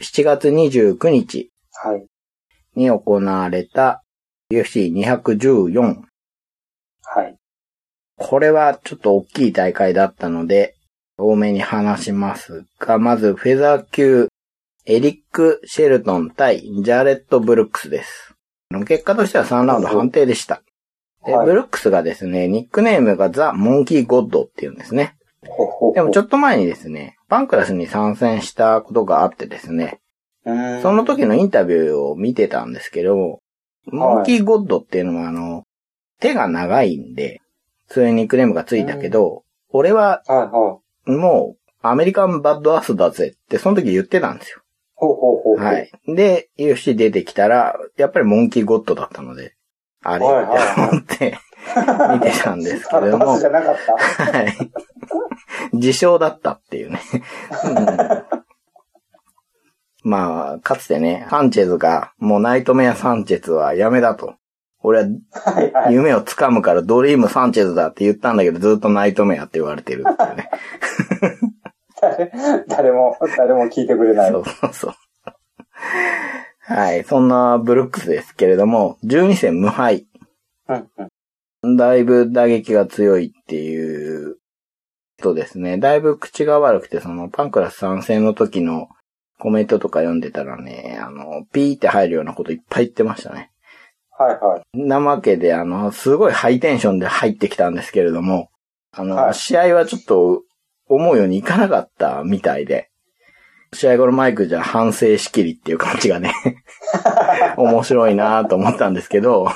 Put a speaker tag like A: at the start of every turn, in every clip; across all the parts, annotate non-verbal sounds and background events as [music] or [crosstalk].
A: 7月29日
B: はい。
A: に行われた UFC214。
B: はい。
A: これはちょっと大きい大会だったので、多めに話しますが、まずフェザー級、エリック・シェルトン対ジャーレット・ブルックスです。あの結果としては3ラウンド判定でした。で、
B: はい
A: ブルックスがですね、ニックネームがザ・モンキー・ゴッドっていうんですね。
B: ほほほ。
A: でもち
B: ょっ
A: ょっと前にですね、パンクラスに参戦したことがあってですね、
B: と
A: その、時のインタビューを見てたんですけど、モンキーゴッドっていうのはあの、手が長いんで、そういうニックネームがついたけど、俺は
B: はいはい。ほう
A: もうアメリカンバッドアスだぜってその時言ってたんですよ。
B: ほうほうほう。
A: はい。。で、UFC 出てきたら、やっぱりモンキーゴッドだったので、あれ
B: はいはい
A: って思って見てたんですけれ
B: [laughs]
A: ど
B: あパ
A: も
B: スじ、ゃなかった。
A: はい。自称だったっていうね。うんまあ、かつてね、サンチェズが、もうナイトメア・サンチェズはやめだと。俺は
B: はいはい。
A: 夢をつかむからドリーム・サンチェズだって言ったんだけど、ずっとナイトメアって言われてるっていうね。
B: 誰誰も、誰も聞いてくれない。
A: そ
B: は
A: うそうそう。はい、そんなブルックスですけれども、12戦無敗。
B: うんうん
A: だいぶ打撃が強いっていうとですね、だいぶ口が悪くて、そのパンクラス参戦の時のコメントとか読んでたらね、あの、ピーって入るようなこといっぱい言ってましたね。
B: はいはい。
A: なわけで、あの、すごいハイテンションで入ってきたんですけれども、あの、
B: はい
A: 試合はちょっと思うようにいかなかったみたいで、試合後のマイクじゃ反省しきりっていう感じが
B: [laughs]
A: ね、面白いなと思ったんですけど、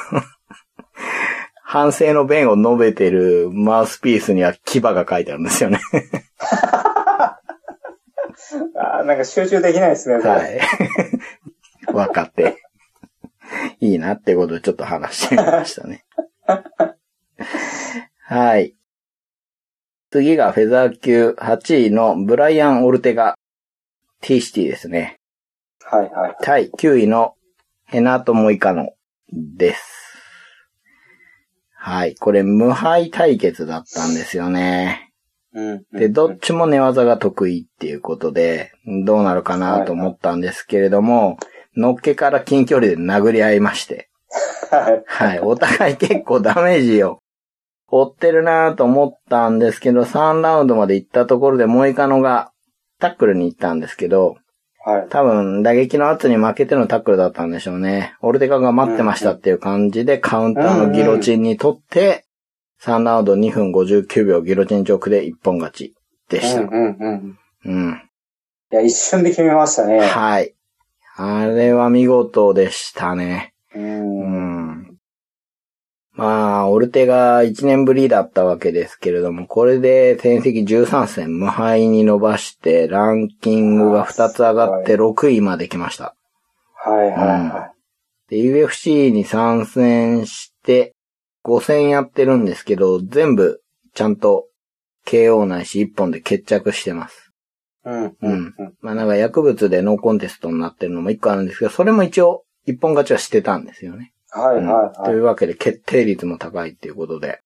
A: 反省の弁を述べてるマウスピースには牙が書いてあるんですよね。
B: あーなんか集中できないですね、それ
A: はい。分かって。いいなってことでちょっと話してみましたね。はい。次がフェザー級8位のブライアン・オルテガ、ティーシティですね。
B: はいはい。
A: 対9位のヘナート・モイカノです。はい。これ無敗対決だったんですよね。
B: うんうん。
A: で、どっちも寝技が得意っていうことで、どうなるかなと思ったんですけれども、のっけから近距離で殴り合いまして、
B: はい。 [laughs]
A: はい、お互い結構ダメージを負ってるなと思ったんですけど、3ラウンドまで行ったところでモイカノがタックルに行ったんですけど、
B: はい。
A: 多分打撃の圧に負けてのタックルだったんでしょうね。オルテカが待ってましたっていう感じでカウンターのギロチンにとって、3ラウンド2分59秒ギロチンチョークで一本勝ちでした
B: うん。うんうん。
A: うん。
B: いや、一瞬で決めましたね。
A: はい。あれは見事でしたね。
B: う。
A: うんん。まあ、オルテが1年ぶりだったわけですけれども、これで戦績13戦無敗に伸ばして、ランキングが2つ上がって6位まで来ました。
B: はいはいは
A: で、UFC に参戦して、5戦やってるんですけど、全部ちゃんと KO ないし1本で決着してます。
B: い。うんうんうん。
A: まあなんか薬物でノーコンテストになってるのも一個あるんですけど、それも一応一本勝ちはしてたんですよね。
B: はい
A: うん
B: はい
A: と
B: はいい。
A: うわけで決定率も高いっていうことで、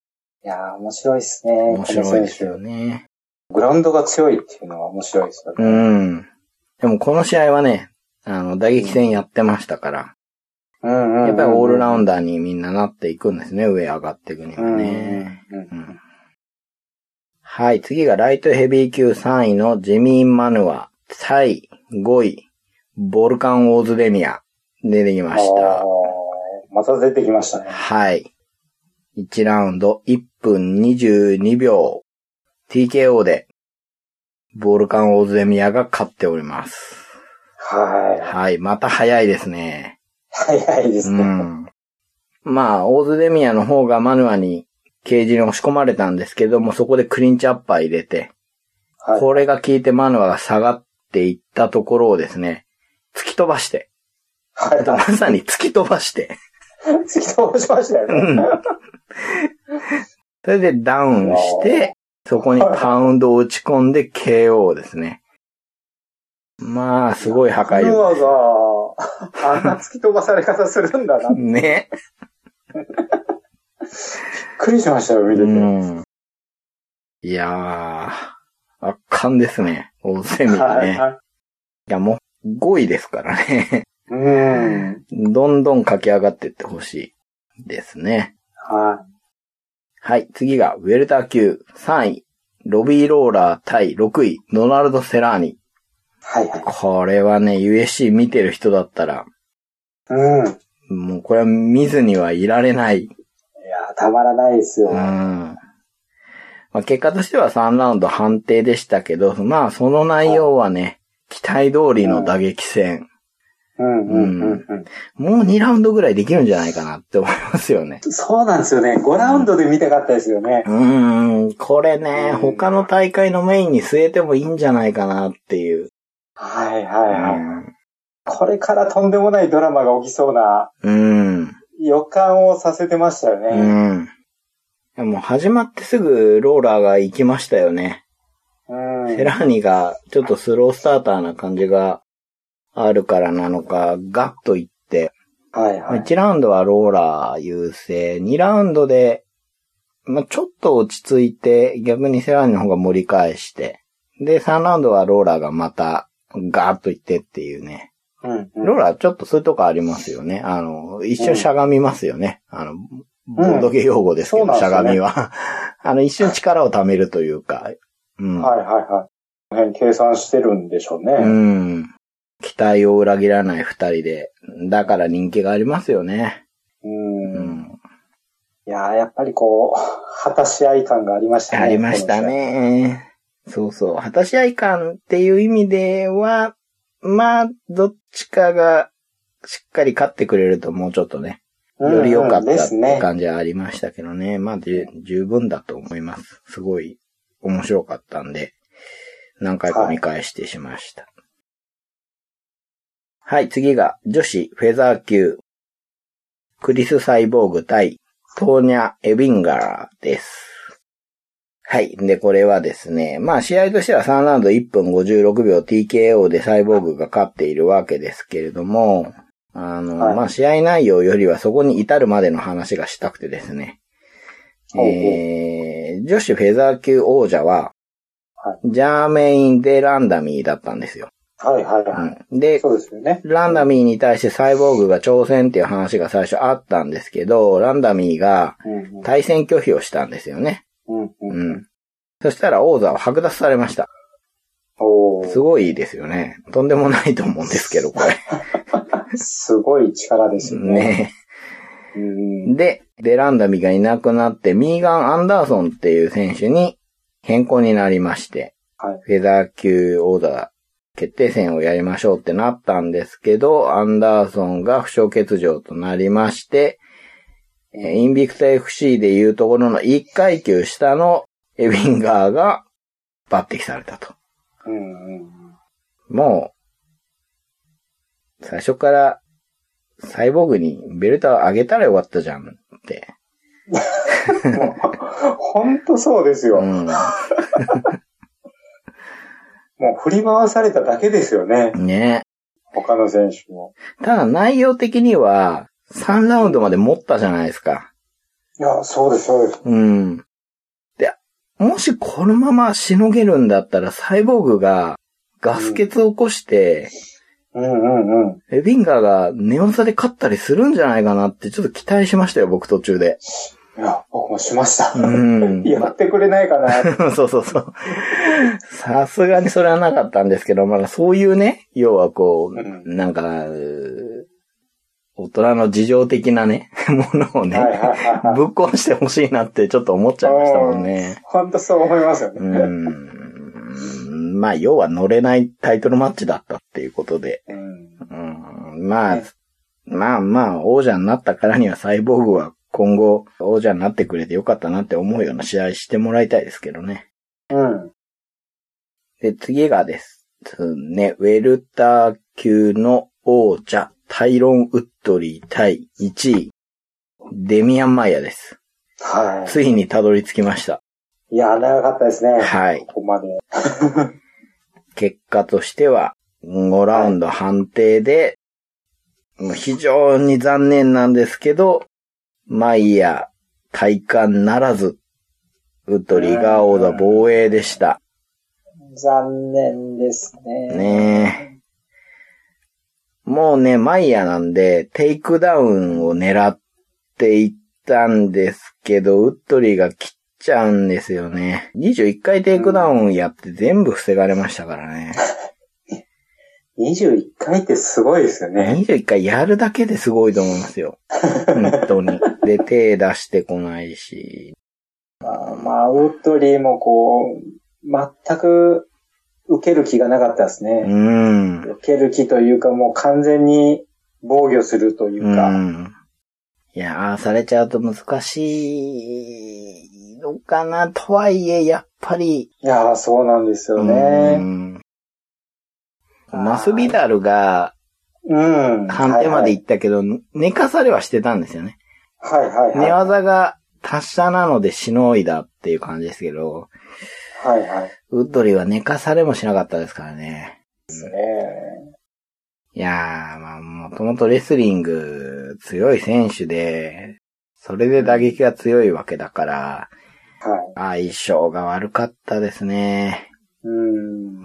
B: いやー、面白いですね。
A: 面白いですよ
B: この選
A: ね。
B: 手。グラウンドが強いっていうのは面白いですよ
A: う
B: ね。
A: ん。でもこの試合はね、あの、打撃戦やってましたから、
B: うんうん。
A: やっぱりオールラウン
B: ド
A: ダーにみんななっていくんですね、上上がっていくにはね。。
B: うんうんうん。
A: はい、次がライトヘビー級3位のジミー・マヌア、対5位、ボルカン・オーズデミア、出てきました
B: あー。また出てきましたね。
A: はい。1ラウンド1分22秒 TKO でボールカンオーズデミアが勝っております。
B: は
A: はい。また早いですね。
B: い。早いです
A: う
B: ね。
A: ん。 [laughs] まあ、オーズデミアの方がマヌアにケージに押し込まれたんですけども、そこでクリンチアッパー入れて、
B: はい。
A: これが効いてマヌアが下がっていったところをですね、突き飛ば
B: [laughs]
A: して、
B: はい。
A: まさに突き飛ばして、
B: 突き飛ばしましたよ
A: うん
B: ね。
A: それでダウンして、そこにパウンドを打ち込んで KO ですね。まあ、すごい破壊
B: ル
A: 力。
B: アが、あんな突き飛ばされ方するんだな。びっ
A: ね。
B: くりしましたよ、見て
A: う
B: て。
A: ん。いやー、圧巻ですね。大セミ
B: は
A: が
B: い
A: ね。いや、も5位ですからね。
B: うん。
A: どんどん駆け上がってってほしいですね。
B: は
A: はい、次が、ウェルター級3位、ロビー・ローラー対6位、ドナルド・セラーニ。
B: い。はいはい。
A: これはね、USC 見てる人だったら、
B: うん。い
A: もうこれは見ずにはいられない。
B: や、たまらないですよ。
A: うん。
B: は
A: まあ、結果としては3ラウンド判定でしたけど、まあその内容はね、期待通りの打撃戦。
B: うんうんうんうん。
A: もう2ラウンドぐらいできるんじゃないかなって思いますよね。
B: そうなんですよね。5ラウンドで見たかったですよね
A: う。ーん、これね、
B: うん
A: 他の大会のメインに据えてもいいんじゃないかなっていう。
B: はいはいはい。
A: うん
B: これからとんでもないドラマが起きそうな
A: うん。
B: 予感をさせてましたよ
A: う
B: ね。
A: ん。でも始まってすぐローラーが行きましたよね。
B: うん。
A: セラーニがちょっとスロースターターな感じがあるからなのか、ガッと行って、
B: はい
A: ま
B: は
A: あ
B: い。
A: 1ラウンドはローラー優勢、2ラウンドで、まあ、ちょっと落ち着いて、逆にセラーニの方が盛り返して、で、3ラウンドはローラーがまた、ガーッといってっていうね。
B: うんうん
A: ローラーちょっとそういうとこありますよね。あの、一瞬しゃがみますよね。あの、ボードゲ用語ですけど、
B: そうなん
A: し
B: です
A: ゃ
B: よね
A: がみは。 [laughs] あの、一瞬力を貯めるというか。うん。
B: はいはいはい。この辺計算してるんでしょうね。
A: うん。期待を裏切らない二人で、だから人気がありますよね。
B: うん。
A: うん。
B: いやーやっぱりこう、果たし合い感がありましたね。
A: ありましたね。そうそう。果たし合い感っていう意味では、まあ、どっちかがしっかり勝ってくれるともうちょっとね、
B: この試合。
A: より良かっ
B: うんうんで
A: たっ
B: す
A: て
B: ね。
A: 感じはありましたけどね。まあ、じゅ十分だと思います。すごい面白かったんで、何回か見返してしました。はい、次が女子フェザー級、クリス・サイボーグ対トーニャ・エビンガラーです。はい。で、これはですね、まあ試合としては3ラウンド1分56秒 TKO でサイボーグが勝っているわけですけれども、あの、
B: はい
A: まあ試合内容よりはそこに至るまでの話がしたくてですね、
B: ほうほう
A: えー、女子フェザー級王者は
B: は、
A: ジャーメイン・デ・ランダミーだったんですよ。
B: はいはいはい。
A: うんで、
B: そうですよね。
A: ランダミーに対してサイボーグが挑戦っていう話が最初あったんですけど、ランダミーが
B: うんうん
A: 対戦拒否をしたんですよね。
B: うんうん
A: う。ん。そしたら王座を剥奪されました。
B: お
A: す
B: ー
A: ごいですよね。とんでもないと思うんですけど、これ。
B: すごい力ですよね。
A: ね
B: うんうん
A: で、デランダミがいなくなって、ミーガン・アンダーソンっていう選手に変更になりまして、
B: はい
A: フェザー級王座決定戦をやりましょうってなったんですけど、アンダーソンが負傷欠場となりまして、えーインビクタ FC でいうところの1階級下のエビンガーが抜擢されたと。
B: うんうん
A: もう、最初から、サイボーグにベルトをあげたらよかったじゃんって。
B: [laughs] ほんとそうですよ。
A: う
B: も
A: ん。
B: う振り回されただけですよね。
A: ね
B: 他の選手も。
A: ただ内容的には、3ラウンドまで持ったじゃないですか。
B: いや、そうです、そうです。
A: うん。で、もしこのまましのげるんだったら、サイボーグがガス欠を起こして、
B: うんうんうん。
A: エビンガーが寝技で勝ったりするんじゃないかなって、ちょっと期待しましたよ、僕途中で。
B: いや、僕もしました。
A: うん。
B: [laughs] やってくれないかな。
A: [laughs] そうそうそう。さすがにそれはなかったんですけど、まあそういうね、要はこ
B: う
A: う、なんか、うー大人の事情的なね、 [laughs] ものを
B: はいはい
A: ね、
B: はいはい。
A: ぶっ壊してほしいなってちょっと思っちゃいましたもんね。
B: ほんとそう思いますよ
A: う
B: ね。
A: ん。まあ要は乗れないタイトルマッチだったっていうことで。
B: うん
A: うん、まあ
B: ね、
A: まあまあ、王者になったからにはサイボーグは今後王者になってくれてよかったなって思うような試合してもらいたいですけどね。
B: うん。
A: で、次がですね、ウェルター級の王者、タイロン・ウッドリー対1位、デミアン・マイヤです。
B: は
A: ついにたどり着きました。
B: い。いや、長かったですね。
A: はい。
B: ここまで。
A: 結果としては、5ラウンド判定で、もう非常に残念なんですけど、マイヤ体感ならず、ウッドリーが王座防衛でした。
B: 残念ですね。
A: ねえ。もうね、マイヤなんで、テイクダウンを狙っていったんですけど、ウッドリーが切っちゃうんですよね。21回テイクダウンやって全部防がれましたからね。
B: 21回ってすごいですよね。
A: 21回やるだけですごいと思いますよ。本当
B: [laughs]
A: に。で、手出してこないし。
B: まあ、まあ、ウッドリーもこう、全く受ける気がなかったです
A: う
B: ね。
A: ん。
B: 受ける気というか、もう完全に防御するという
A: う
B: か。
A: ん。いや、ああされちゃうと難しいのかな。とはいえ、やっぱり。
B: いやー、そうなんですよ
A: う
B: ね。
A: んマスビダルが
B: うん。
A: 判定まで
B: い
A: 行ったけど、寝かされはしてたんですよね。
B: はいはいはい。
A: 寝技が達者なのでしのいだっていう感じですけど、
B: はいはい。
A: ウッドリーは寝かされもしなかったですからね。
B: ですね。
A: いやー、まあ、もともとレスリング強い選手で、それで打撃が強いわけだから、
B: はい。
A: 相性が悪かったですね。
B: うん
A: う。ん。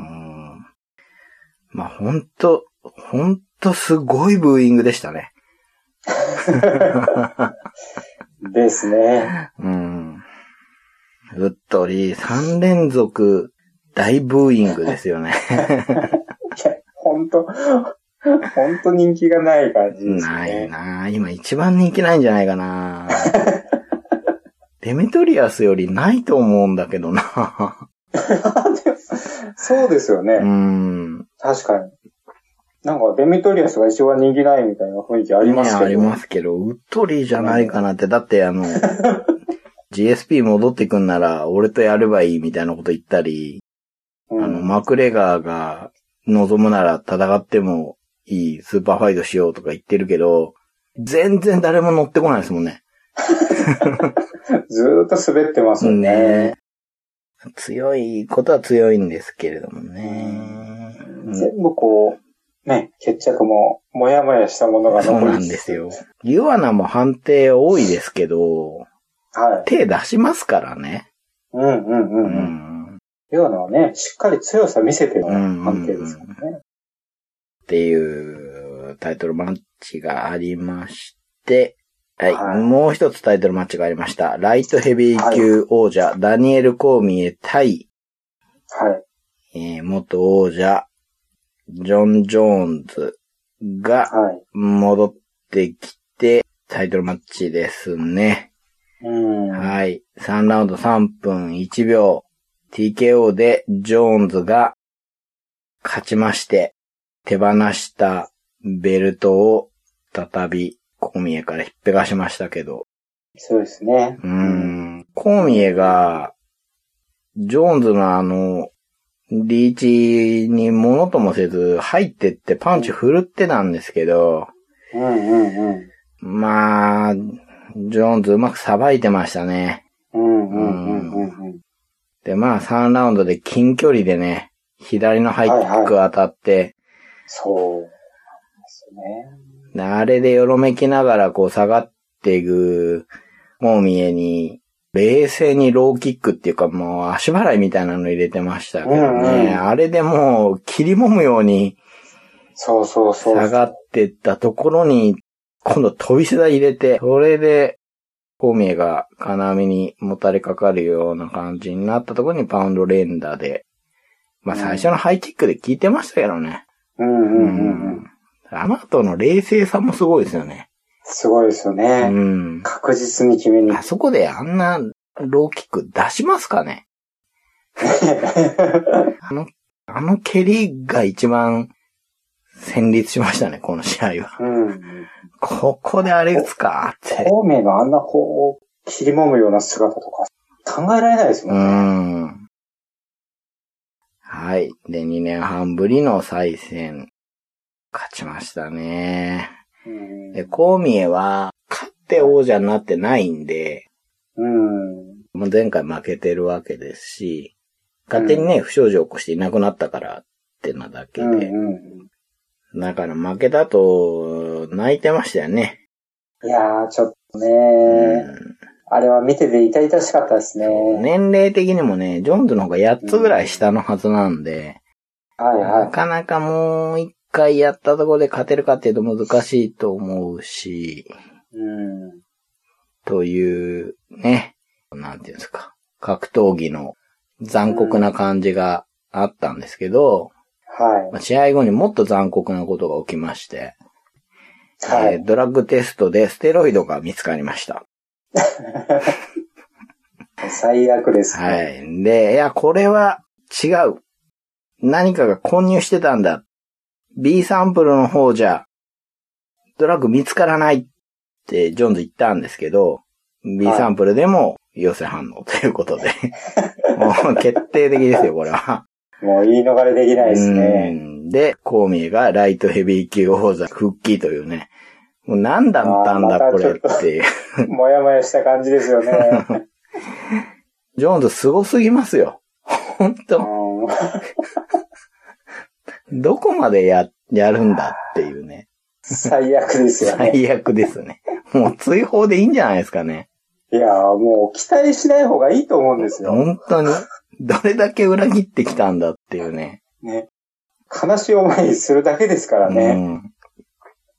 A: まあ、ほんと、ほんとすごいブーイングでしたね。
B: ですね。
A: うん。ウッドリー3連続大ブーイングですよね。
B: 本当本当人気がない感じ [laughs] ですね。
A: ないなぁ。今一番人気ないんじゃないかなぁ。
B: [laughs]
A: デメトリアスよりないと思うんだけどなぁ。
B: そうですよね。
A: うん。
B: 確かに。なんか、デミトリアスが一番人気ないみたいな雰囲気あ
A: あ
B: りますけど。
A: ありますけど、ウッドリーじゃないかなって。だってあ
B: [laughs]
A: の、GSP 戻ってくんなら俺とやればいいみたいなこと言ったり、
B: うん
A: あの、マクレガーが望むなら戦ってもいいスーパーファイトしようとか言ってるけど、全然誰も乗ってこないですもんね。
B: ずーっと滑ってますよね。
A: 強いことは強いんですけれどもね。うん
B: 全部こう、ね、決着も、もやもやしたものが
A: そう
B: 残り
A: なんですよ。。ユアナも判定多いですけど、
B: はい。
A: 手出しますからね。
B: うんうんう
A: うん
B: うん。
A: ん。っ
B: ようなはね、しっかり強さ見せての
A: うん
B: 判定ですからね。
A: ていうタイトルマッチがありまして、はい。
B: はい
A: もう一つタイトルマッチがありました。ライトヘビー級王者、ダニエル・コーミエ対、
B: はい。
A: えー元王者、ジョン・ジョーンズが
B: はい。
A: 戻ってきて、タイトルマッチですね。
B: うん。はい。
A: はい。3ラウンド3分1秒。TKO でジョーンズが勝ちまして、手放したベルトを再びコーミエから引っぺがしましたけど。
B: そうですね。
A: うーん。コーミエが、ジョーンズのあの、リーチにものともせず入ってってパンチ振るってたんですけど、
B: うんうんうん。
A: まあ、ジョーンズうまくさばいてましたね。
B: うんうんうんうんうん。
A: で、まあ3ラウンドで近距離でね、左のハイキック当たって、
B: そうですね。
A: であれでよろめきながらこう下がっていく、コーミエに、冷静にローキックっていうかもう足払いみたいなの入れてましたけどね。
B: うんうん
A: あれでもう切り揉むように
B: そうそうそう。
A: 下がってったところに、今度飛び世代入れて、それで、コーミエが金網にもたれかかるような感じになったところにパウンド連打で、まあ
B: うん
A: 最初のハイキックで効いてましたけどね。
B: うんう
A: うん
B: うんうん。
A: あの後の冷静さもすごいですよね。
B: すごいですよ
A: う
B: ね。
A: ん。
B: 確実に決めに行
A: あ
B: [laughs] く。
A: そこであんなローキック出しますかねあの、あの蹴りが一番戦慄しましたね、この試合は。
B: うん。
A: ここであれ打つかって。
B: 孔明のあんなこう、切り揉むような姿とか、考えられないですも
A: うん
B: ね。
A: ん。はい。で、2年半ぶりの再戦。勝ちましたね。
B: うん
A: で、コーミエは、勝って王者になってないんで、
B: うん。
A: もう前回負けてるわけですし、勝手にね、不祥事を起こしていなくなったからってなだけ
B: う
A: で、
B: んうん
A: だから負けだと、泣いてましたよね。
B: いやー、ちょっと
A: う
B: ね、
A: ん
B: あれは見てて痛々しかったですね。
A: 年齢的にもね、ジョーンズの方が8つぐらい下のはずなんで、
B: はい
A: な
B: は
A: かなかもう一回やったところで勝てるかっていうと難しいと思うし、
B: うん。
A: というね、なんていうんですか、格闘技の残酷な感じがあったんですけど、
B: は
A: まあ試合後にもっと残酷なことが起きまして、
B: い。は
A: えー
B: い。
A: ドラッグテストでステロイドが見つかりました。
B: 最悪ですね。
A: はい。で、いや、これは違う。何かが混入してたんだ。B サンプルの方じゃ、ドラッグ見つからないってジョーンズ言ったんですけど、B
B: はい
A: サンプルでも陽性反応ということで。もう決定的ですよ、これは。
B: もう言い逃れできないです
A: う
B: ね。
A: んで、コーミーがライトヘビー級王座復帰というね。もう何だったんだ、
B: あ
A: こ
B: ーまたち
A: れ
B: ょっと
A: っていう。
B: [laughs] もやもやした感じですよね。
A: [laughs] ジョーンズ凄すぎますよ。本当
B: うん
A: どこまでや、やるんだっていうね。
B: 最悪ですよね。
A: 最悪ですね。もう追放でいいんじゃないですかね。
B: いやーもう期待しない方がいいと思うんですよ。
A: 本当に。どれだけ裏切ってきたんだっていうね。
B: ね。悲しい思いするだけですから
A: う
B: ね。
A: ん。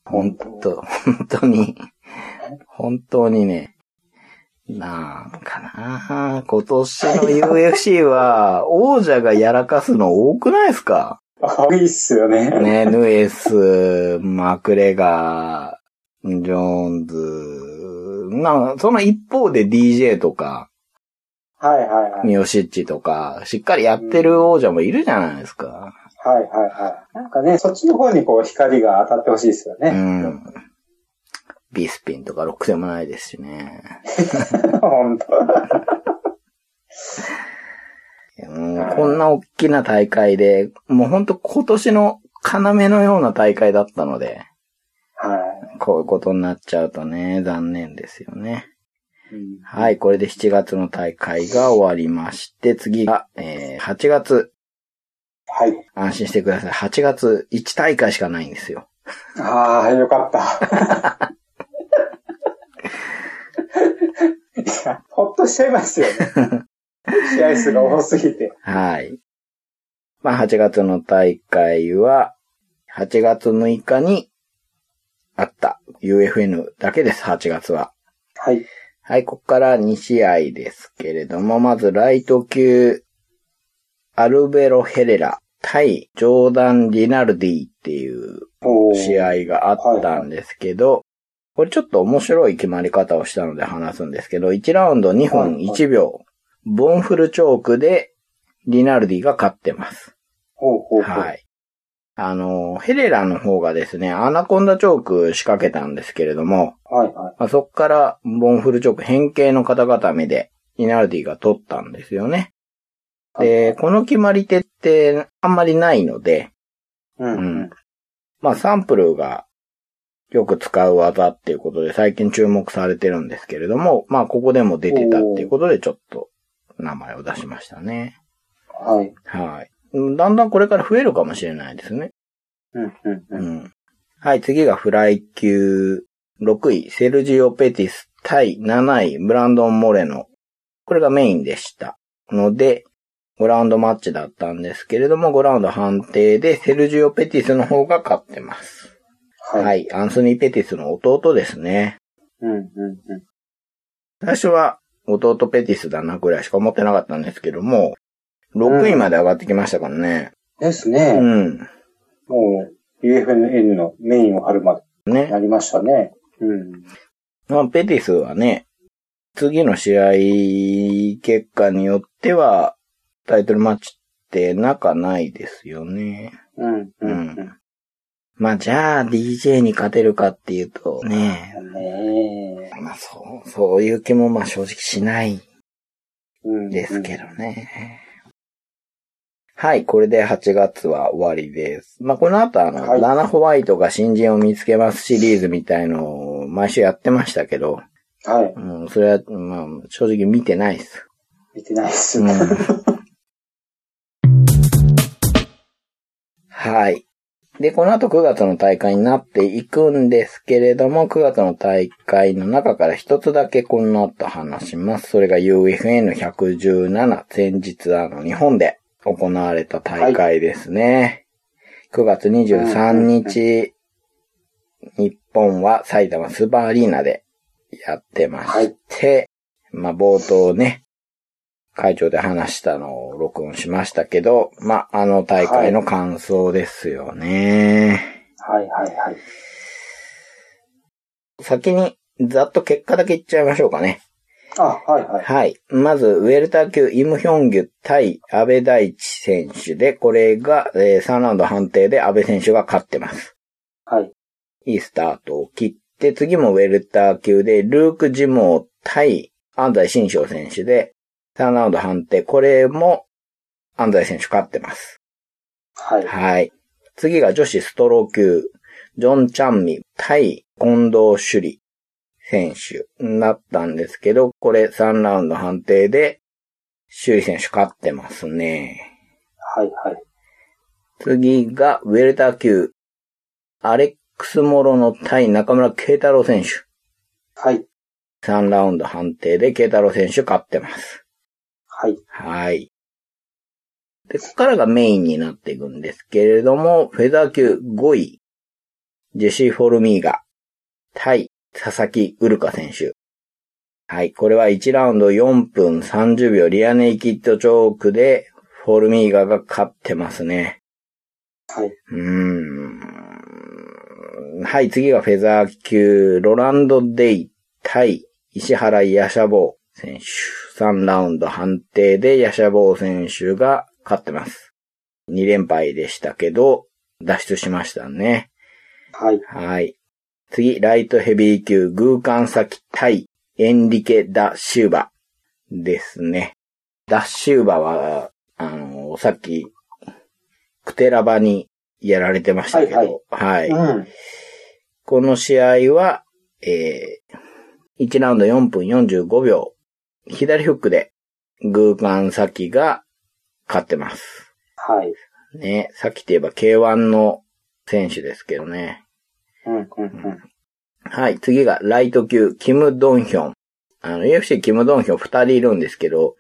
A: 本当、本当に、本当にね、なんかな今年の UFC は、王者がやらかすの多くないですか
B: 多いっすよね。
A: ね、ヌエス、マクレガー、ジョーンズ、まあ、その一方で DJ とか、
B: はいはいはい。はい
A: ミオシッチとか、しっかりやってる王者もいるじゃないですか。
B: はいはい。なんかね、そっちの方にこう光が当たってほしいですよね。
A: うん。ビスピンとかろくでもないですしね。
B: [laughs] 本当
A: もうこんな大きな大会で、もうほんと今年の要のような大会だったので、
B: は
A: こういうことになっちゃうとね、残念ですよね。
B: い。うん
A: はい、これで7月の大会が終わりまして、次が、えー、8月。
B: はい。
A: 安心してください。8月1大会しかないんですよ。
B: ああ、よかった。
A: [laughs]
B: いや、ほっとしちゃいますよ
A: [laughs]
B: ね。試合数が多すぎて。
A: はい。まあ、8月の大会は、8月6日にあった UFN だけです、8月は。
B: はい。
A: はい、ここから2試合ですけれども、まずライト級、アルベロ・ヘレラ対ジョーダン・リナルディっていう
B: おー
A: 試合があったんですけど、これちょっと面白い決まり方をしたので話すんですけど、1ラウンド2分1秒、ボンフルチョークでリナルディが勝ってます。
B: ほうほうほう。
A: は。い。あの、ヘレラの方がですね、アナコンダチョーク仕掛けたんですけれども、
B: はいはい。
A: まあ、そこからボンフルチョーク変形の型固めでリナルディが取ったんですよね。で、この決まり手ってあんまりないので、
B: うん
A: う。んまあ、サンプルがよく使う技っていうことで最近注目されてるんですけれども、まあ、ここでも出てたっていうことでちょっと名前を出しましたね。
B: はい。
A: はい。うんだんだんこれから増えるかもしれないですね。
B: うんうんう。
A: うんん。はい、次がフライ級6位、セルジオ・ペティス対7位、ブランドン・モレノ。これがメインでした。ので、5ラウンドマッチだったんですけれども、5ラウンド判定で、セルジオ・ペティスの方が勝ってます。
B: は。
A: はいい。アンソニー・ペティスの弟ですね。
B: うんうんうん。
A: 最初は弟ペティスだなぐらいしか思ってなかったんですけども、6位まで上がってきましたからね。
B: です
A: う
B: ね。
A: ん。
B: もう、UFN のメインを張るまでに
A: ね。
B: なりましたね。うん。
A: まあ、ペティスはね、次の試合結果によっては、タイトルマッチって仲ないですよね。
B: うんうんう。
A: うんまあ、じゃあ DJ に勝てるかっていうと、ね。
B: ね
A: まあ、そう、そういう気もまあ正直しない
B: え。
A: ですけどね。はい、これで8月は終わりです。まあ、この後あの、
B: はい
A: ラナ・ホワイトが新人を見つけますシリーズみたいのを毎週やってましたけど、
B: ど。はい。
A: うん、それは、まあ、正直見てないです。
B: 見てないっす
A: うん
B: ね。
A: [laughs] はい。で、この後9月の大会になっていくんですけれども、9月の大会の中から一つだけこの後話します。それが UFN117 前日あの日本で行われた大会ですね。 9月23日、日本は埼玉スーパーアリーナでやってまして、まあ冒頭ね、会長で話したのを録音しましたけど、まああの大会の感想ですよね。
B: はいはいはい。
A: 先にざっと結果だけ言っちゃいましょうかね。
B: あ、はいはい。
A: はい。まず、ウェルター級イムヒョンギュ対安倍大地選手で、これが、えー3ラウンド判定で安倍選手が勝ってます。
B: はい。
A: いいスタートを切って、次もウェルター級で、ルーク・ジモー対安西新章選手で、3ラウンド判定、これも安西選手勝ってます。
B: はい。
A: はい。次が女子ストロー級、ジョン・チャンミ対近藤朱里選手になったんですけど、これ3ラウンド判定で、朱里選手勝ってますね。
B: はいはい。
A: 次がウェルター級、アレックス・モロノ対中村慶太郎選手。
B: はい。
A: 3ラウンド判定で慶太郎選手勝ってます。
B: はい。
A: はい。で、ここからがメインになっていくんですけれども、フェザー級5位、ジェシー・フォルミーガ、対佐々木ウルカ選手。はい、これは1ラウンド4分30秒リアネイキッドチョークで、フォルミーガが勝ってますね。
B: はい。
A: うーん。はい、次がフェザー級、ロランド・デイ対石原ヤシャボー選手。3ラウンド判定でヤシャボー選手が勝ってます。2連敗でしたけど、脱出しましたね。
B: はい。
A: はい。次、ライトヘビー級、グーカンサキ対エンリケ・ダ・シューバですね。ダ・シューバは、あの、さっき、クテラバにやられてましたけど、はい、
B: うん。
A: この試合は、えー、1ラウンド4分45秒、左フックで、グーカンサキが勝ってます。
B: はい。
A: ね、サキといえば K1 の選手ですけどね。
B: うんうんうん。
A: はい、次がライト級、キム・ドンヒョン。あの、UFC キム・ドンヒョン二人いるんですけど、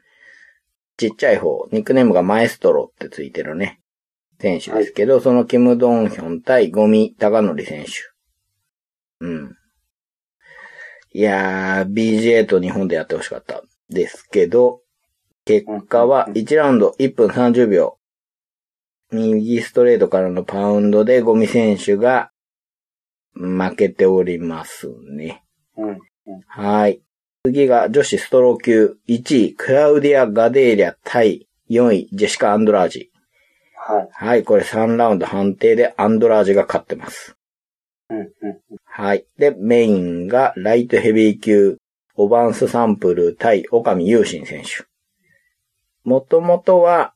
A: ちっちゃい方、ニックネームがマエストロってついてるね、選手ですけど、そのキム・ドンヒョン対ゴミ・高則選手。うん。いやー、BJ と日本でやってほしかったですけど、結果は1ラウンド1分30秒。右ストレートからのパウンドでゴミ選手が負けておりますね。
B: うん。
A: はい。次が女子ストロー級1位、クラウディア・ガデーリャ対4位、ジェシカ・アンドラージ。
B: はい。
A: はい、これ3ラウンド判定でアンドラージが勝ってます。
B: うんうん。
A: はい。で、メインがライトヘビー級、オバンスサンプル対岡見優信選手。もともとは、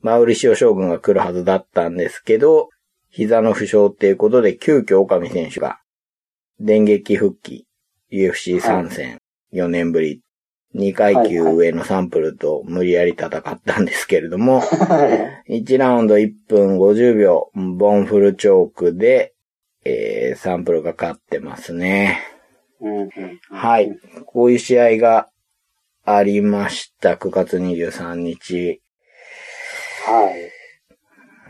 A: マウリシオ将軍が来るはずだったんですけど、膝の負傷っていうことで、急遽岡見選手が、電撃復帰、UFC 参戦、4年ぶり、2階級上のサンプルと無理やり戦ったんですけれども、1ラウンド1分50秒、ボンフルチョークで、えー、サンプルが勝ってますね。
B: うんうん。
A: はい。こういう試合がありました。9月23日。
B: はい。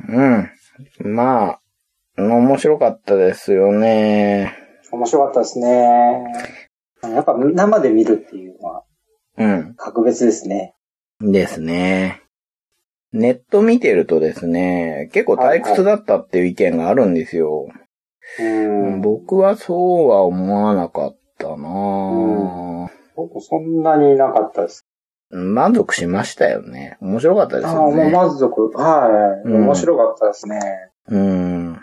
A: うん。まあ、面白かったですよね。
B: 面白かったですね。やっぱ生で見るっていうのは
A: うん。
B: 格別ですね。
A: ですね。ネット見てるとですね、結構退屈だったっていう意見があるんですよ。
B: うん。
A: 僕はそうは思わなかったなぁ。
B: 僕そんなになかったです。
A: 満足しましたよね。面白かったです
B: ああ、
A: よ
B: もう
A: ね。
B: 満足。はい。
A: うん
B: 面白かったですね。
A: うん。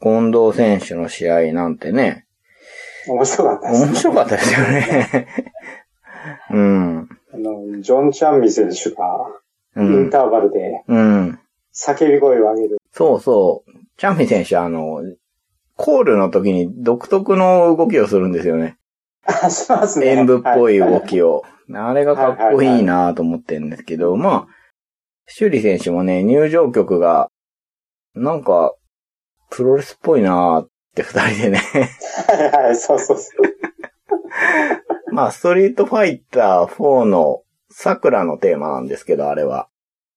A: 近藤選手の試合なんてね、
B: 面白かったです。
A: 面白かったですよね。うん。
B: あの、ジョン・チャンミ選手が、
A: う
B: イン
A: ん。
B: ターバルで
A: うん。
B: 叫び声を上げる。
A: そうそう。チャンミ選手、あの、コールの時に独特の動きをするんですよね。
B: あ、しますね。
A: 演舞っぽい
B: は
A: 動きを。あれがかっこいいなと思ってるんですけど、まあ、シュリ選手もね、入場曲が、なんか、プロレスっぽいなって二人でね。 [laughs]
B: はいはい、そうそうそう。
A: まあ、ストリートファイター4の桜のテーマなんですけど、あれは。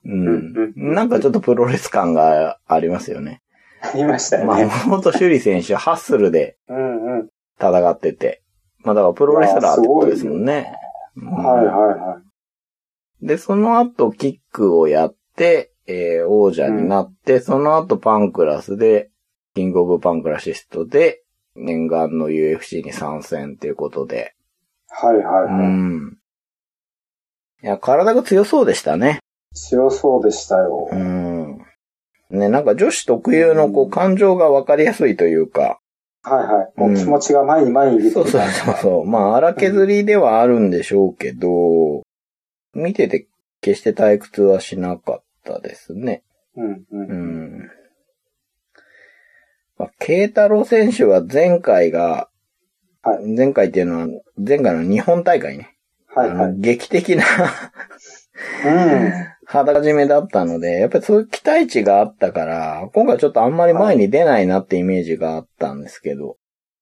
A: うん。
B: うんうん
A: なんかちょっとプロレス感がありますよね。
B: ありましたね。
A: まあ、もと朱里選手、ハッスルで
B: うんうん。
A: 戦ってて。まあ、だからプロレスラーってことですもんね。うん
B: はいはいはい。
A: で、その後、キックをやって、えー王者になって、その後、パンクラスで、キングオブパンクラシストで、念願の UFC に参戦ということで。
B: はいは
A: う
B: いはい。
A: ん。いや、体が強そうでしたね。
B: 強そうでしたよ。
A: うん。ね、なんか女子特有のこう感情がわかりやすいというか、
B: はいはい。も
A: う
B: うん気持ちが前に前に出て
A: そうそうそうそう。まあ、荒削りではあるんでしょうけど、見てて決して退屈はしなかったですね。
B: うんうん。
A: う
B: うん
A: ん。まあ、慶太郎選手は前回が、
B: は
A: 前回っていうのは、前回の日本大会ね。
B: はいは
A: あの
B: い。
A: 劇的な [laughs]
B: うん。
A: 肌締めだったので、やっぱりそういう期待値があったから、今回ちょっとあんまり前に出ないなってイメージがあったんですけど。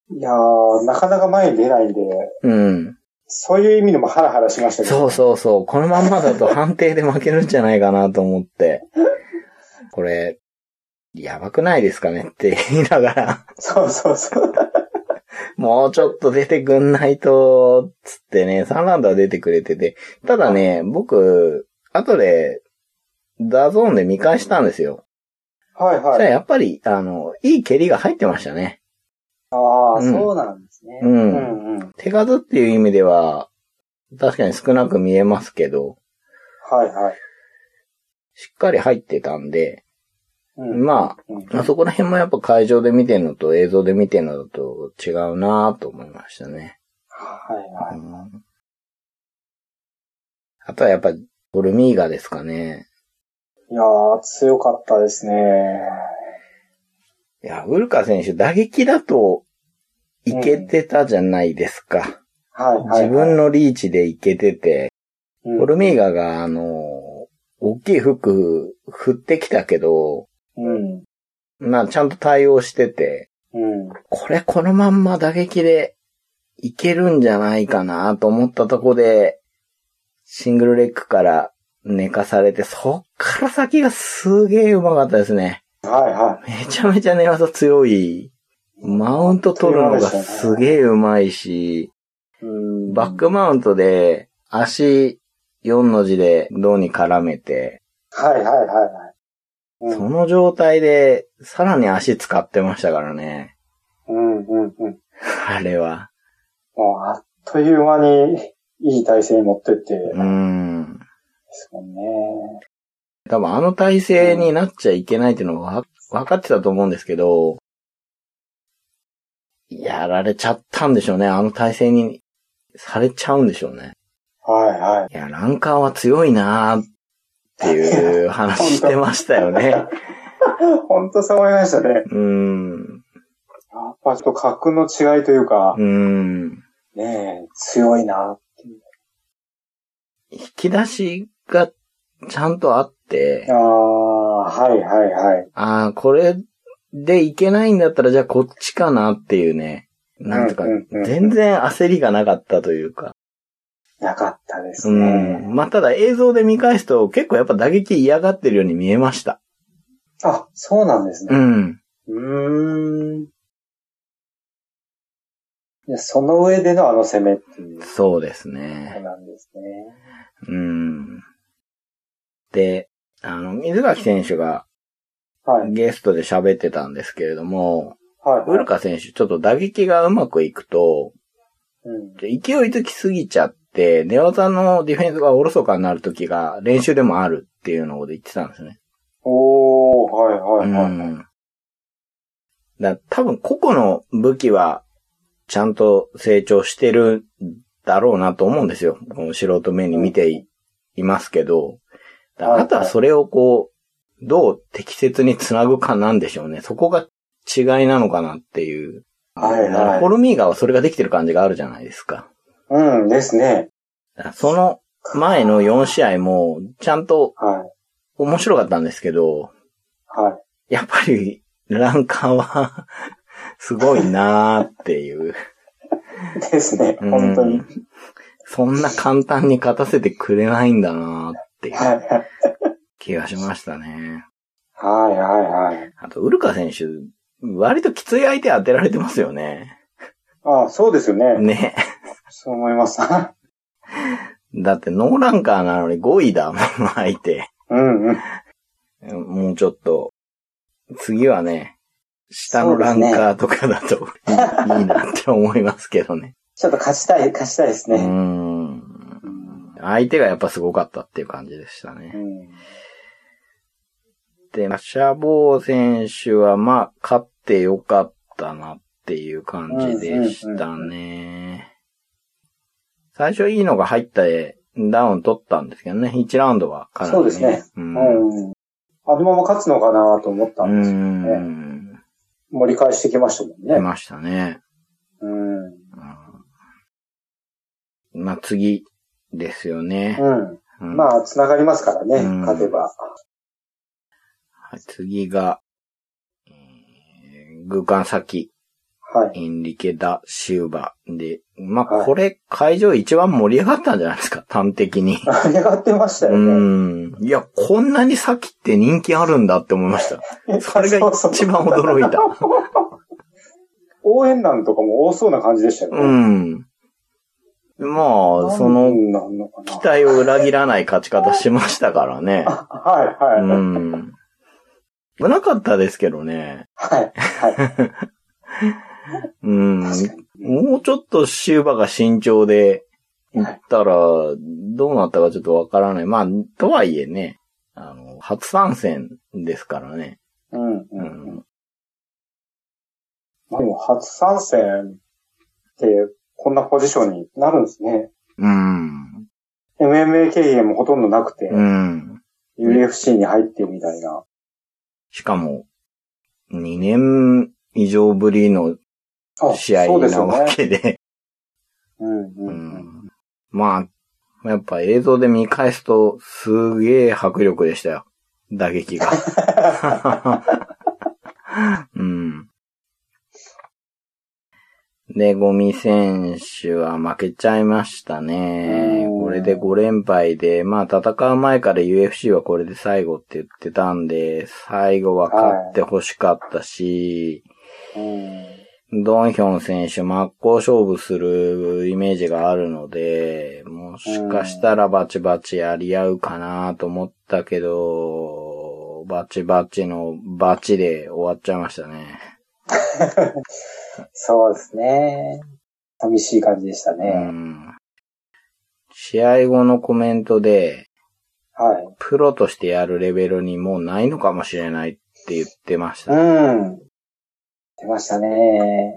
B: いやー、なかなか前に出ないんで、
A: うん。
B: そういう意味でもハラハラしましたけど。
A: そうそうそう。このまんまだと判定で負けるんじゃないかなと思って。これ、やばくないですかねって言いながら、
B: そうそうそう。
A: もうちょっと出てくんないと、つってね、3ラウンドは出てくれてて。ただね、僕、後で、ダゾーンで見返したんですよ。
B: はい
A: そし
B: は
A: たら
B: い。
A: やっぱり、あの、いい蹴りが入ってましたね。
B: ああ、
A: うん
B: そうなんですね。
A: うん
B: うんうん。はい
A: 手数っていう意味では、確かに少なく見えますけど、
B: はい。
A: しっかり入ってたんで、
B: うん。
A: まあ、
B: うん
A: あそこら辺もやっぱ会場で見てるのと映像で見てるのと違うなぁと思いましたね。
B: はいは
A: う
B: い。
A: んあとはやっぱ、ボルミーガですかね。
B: いやー、強かったですね。
A: いや、ウルカ選手打撃だと、いけてたじゃないですか。
B: はいはい、は
A: 自
B: い。
A: 分のリーチでいけてて、
B: うん、
A: ボルミーガがあの、大きいフック振ってきたけど、
B: うん。
A: まあちゃんと対応してて、
B: うん。
A: これこのまんま打撃でいけるんじゃないかなと思ったとこで、シングルレッグから寝かされて、そっから先がすげえうまかったですね。
B: はいは
A: めちゃめちゃ寝技強い。マウント取るのがすげえうまいし、
B: い。うん。
A: バッ。クマウントで足4の字で胴に絡めて、
B: はいはいはいはい。うん
A: その状態でさらに足使ってましたからね。
B: うんうんうん。
A: あれは。
B: もう、あっという間に、いい体勢に持ってって、で
A: うん。
B: すもんね。
A: 多分あの体制になっちゃいけないっていうのは分かってたと思うんですけど、やられちゃったんでしょうね。あの体制にされちゃうんでしょうね。
B: はいはい。
A: いや、ランカーは強いなーっていう話してましたよ
B: [laughs]
A: ね。
B: ほんとそう思いましたね。やっ
A: うーん。
B: ぱちょっと格の違いというか
A: う、ーん。
B: ねえ、強いな。
A: 引き出しがちゃんとあって
B: あ、あ、はいはいはい。
A: ああ、これでいけないんだったらじゃあこっちかなっていうね。なんとか
B: うんうんうん、
A: 全然焦りがなかったというか。
B: なかったです
A: う
B: ね。
A: ん。まあ、ただ映像で見返すと結構やっぱ打撃嫌がってるように見えました。
B: あ、そうなんです
A: う
B: ね。
A: ん。
B: うーん。いやその上でのあの攻めっていうこ
A: そうです
B: と
A: ね。
B: なんですね。
A: うん。で、あの、水垣選手が
B: はい。
A: ゲストで喋ってたんですけれども、
B: はい。
A: ウルカ選手ちょっと打撃がうまくいくと、
B: うん。
A: 勢いづきすぎちゃって、寝技のディフェンスがおろそかになる時が練習でもあるっていうのを言ってたんですね。
B: おー、はいはいは
A: う
B: い。
A: ん。だ多分個々の武器は、ちゃんと成長してるんだろうなと思うんですよ。この素人目に見てい,、ますけど。だ
B: はい
A: あとはそれをこう、どう適切につなぐかなんでしょうね。そこが違いなのかなっていう。
B: はいはい
A: だからホルミーガーはそれができてる感じがあるじゃないですか。
B: うんですね。
A: だからその前の4試合も、ちゃんと
B: はい。
A: 面白かったんですけど、
B: はい。
A: やっぱり、ランカーは、 [laughs] すごいなーっていう。
B: ですね、
A: うん
B: 本当に。
A: そんな簡単に勝たせてくれないんだなっていう
B: はいはい。
A: 気がしましたね。
B: はいはいはい。
A: あと、ウルカ選手、割ときつい相手当てられてますよね。
B: ああ、そうですよね。
A: ね。
B: そう思います。 [laughs]
A: だってノーランカーなのに5位だもん、相手。
B: うんうん。
A: もうちょっと、次はね、下のランカーとかだといいなって思いますけどね。
B: ちょっと勝ちたい、勝ちたいです
A: うー
B: ね。
A: ん。相手がやっぱすごかったっていう感じでしたね。
B: うん
A: で、まあシャボー選手は、まあ、勝ってよかったなっていう感じでしたね。最初いいのが入ったで、ダウン取ったんですけどね。1ラウンドはかなり、
B: そうですね。
A: う。
B: うん。
A: うん
B: あのまま勝つのかなと思ったんですけどね。
A: ん。
B: 盛り返してきましたもん
A: 出
B: ね。
A: ましたね。
B: うん。うん。
A: うん、まあ、次ですよね。うん
B: まあ、繋がりますからね、
A: うん
B: 勝てば。
A: はい次が、えー、グーカン先。
B: はい。
A: エンリケ・ダ・シウバで、まあ、
B: はい
A: これ、会場一番盛り上がったんじゃないです
B: [laughs]
A: か、端的に。
B: 盛り上がってました
A: う
B: よ [laughs] ね。
A: ん。いや、こんなに先って人気あるんだって思いました。それが一番驚いた。
B: [laughs] 応援団とかも多そうな感じでしたよ
A: う
B: ね。
A: ん。まあ、そ
B: な
A: の、
B: んなんのかな
A: 期待を裏切らない勝ち方しましたからね。
B: [laughs] はい、
A: う
B: はい。
A: ん。危なかったですけどね。
B: はい、はい。
A: うん。
B: 確かに。
A: もうちょっとシューバが慎重で行ったら、どうなったかちょっとわからない。まあ、とはいえね、あの、初参戦ですからね。
B: うん、うん
A: う
B: うん。
A: ん。
B: まあでも、初参戦って、こんなポジションになるんですね。
A: うん。
B: MMA 経験もほとんどなくて、
A: うん。
B: UFC に入ってみたいな。
A: しかも、2年以上ぶりの
B: あ、
A: 試合
B: そうです
A: な
B: よ
A: わ
B: ね。
A: けで、
B: うん、う、
A: うん
B: うん。
A: ん。まあ、やっぱ映像で見返すと、すげえ迫力でしたよ。打撃が。うん。で、ゴミ選手は負けちゃいましたね。
B: うん
A: これで5連敗で、まあ戦う前から UFC はこれで最後って言ってたんで、最後は勝って欲しかったし、
B: うん
A: ドンヒョン選手真っ向勝負するイメージがあるので、もしかしたらバチバチやり合うかなと思ったけど、バチバチのバチで終わっちゃいましたね。
B: そうですね。寂しい感じでした
A: う
B: ね。
A: ん試合後のコメントで、
B: はい。
A: プロとしてやるレベルにもうないのかもしれないって言ってました。
B: うん。出ましたね。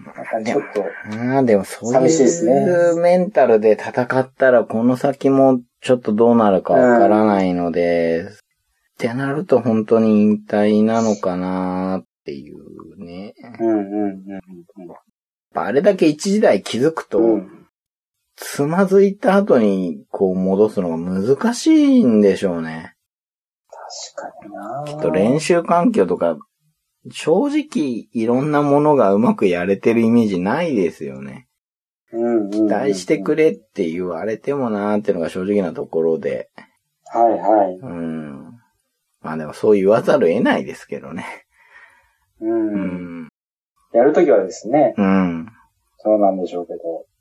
B: なんかちょっと、
A: ああ、でもそう
B: 寂しいです
A: いう
B: ね
A: メンタルで戦ったらこの先もちょっとどうなるかわからないので、ってなると本当に引退なのかなっていうね。やっ
B: うんうんうん
A: ぱあれだけ一時代気づくと、
B: うん。うん。
A: つまずいた後にこう戻すのが難しいんでしょうね。
B: 確かにな
A: ちょっと練習環境とか、正直いろんなものがうまくやれてるイメージないですよね。
B: うんうん。
A: 期待してくれって言われてもなーっていうのが正直なところで。
B: はいはい。
A: うん。まあでもそう言わざるを得ないですけどね。
B: う。
A: うんん。
B: やるときはですね、
A: うん。
B: そうなんでしょうけど。 [laughs]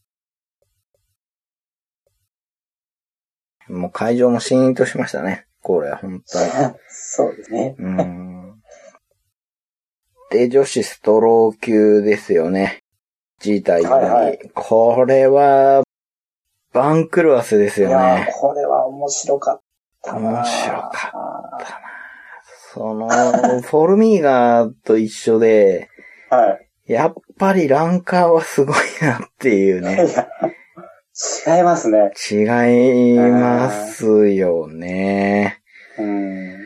A: もう会場もシーンとしましたね。これ、本当に。
B: そうですね。
A: うん。で、女子ストロー級ですよね。G 対4に、
B: はいはい
A: これは、バンクルワスです
B: い
A: よ
B: やー
A: ね。
B: これは面白かったな。
A: 面白かった
B: っ
A: その、フォルミーガーと一緒で、
B: た。はい。 [laughs]
A: やっぱりランカーはすごいなっていうね。
B: いや違いますね。
A: 違いますよね。
B: うん。